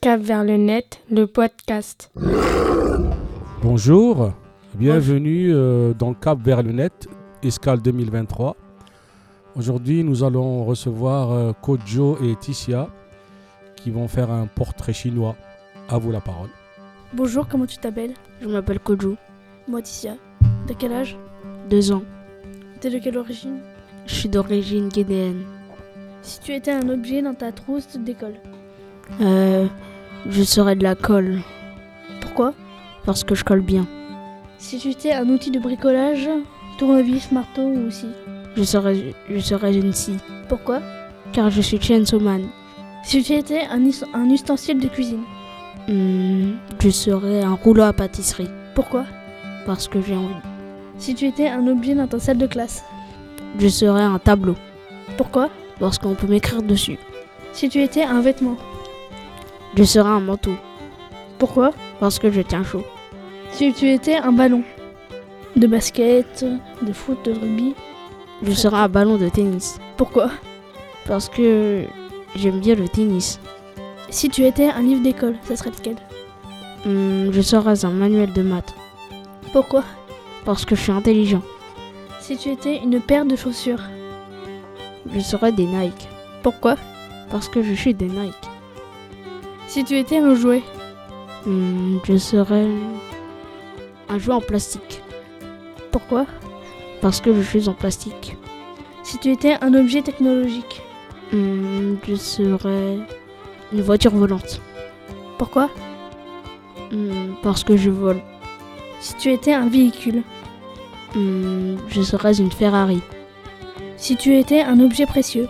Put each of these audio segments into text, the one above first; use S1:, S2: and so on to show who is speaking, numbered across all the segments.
S1: Cap vers le net, le podcast.
S2: Bonjour, bienvenue euh, dans Cap vers le net, Escale 2023. Aujourd'hui, nous allons recevoir euh, Kojo et Ticia qui vont faire un portrait chinois. À vous la parole.
S3: Bonjour, comment tu t'appelles
S4: Je m'appelle Kojo,
S3: Moi, Ticia. T'as quel âge
S4: deux ans.
S3: T'es de quelle origine
S4: Je suis d'origine guinéenne.
S3: Si tu étais un objet dans ta trousse d'école,
S4: Euh, je serai de la colle
S3: pourquoi
S4: parce que je colle bien.
S3: Si tu étais un outil de bricolage, tournevis, marteau ou aussi,
S4: Je serai, je serai une scie
S3: pourquoi
S4: car je suis chainsaw man.
S3: Si tu étais un, us- un ustensile de cuisine,
S4: Hmm, je serai un rouleau à pâtisserie
S3: pourquoi
S4: parce que j'ai envie.
S3: Si tu étais un objet dans ta salle de classe,
S4: Je serai un tableau
S3: pourquoi
S4: parce qu'on peut m'écrire dessus.
S3: Si tu étais un vêtement,
S4: Je serai un manteau
S3: pourquoi
S4: parce que je tiens chaud.
S3: Si tu étais un ballon de basket, de foot, de rugby,
S4: Je serai un ballon de tennis
S3: pourquoi
S4: parce que j'aime bien le tennis.
S3: Si tu étais un livre d'école, ça serait lequel
S4: Hmm, je serai un manuel de maths
S3: Pourquoi
S4: parce que je suis intelligent.
S3: Si tu étais une paire de chaussures,
S4: Je serai des Nike
S3: pourquoi
S4: parce que je suis des Nike.
S3: Si tu étais un jouet,
S4: Hmm, je serais un jouet en plastique.
S3: pourquoi
S4: Parce que je suis en plastique.
S3: Si tu étais un objet technologique,
S4: Hmm, je serais une voiture volante.
S3: pourquoi
S4: Hmm, parce que je vole.
S3: Si tu étais un véhicule,
S4: Hmm, je serais une Ferrari.
S3: si tu étais un objet précieux.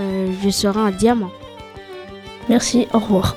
S4: Euh, je serais un diamant.
S3: Merci, au revoir.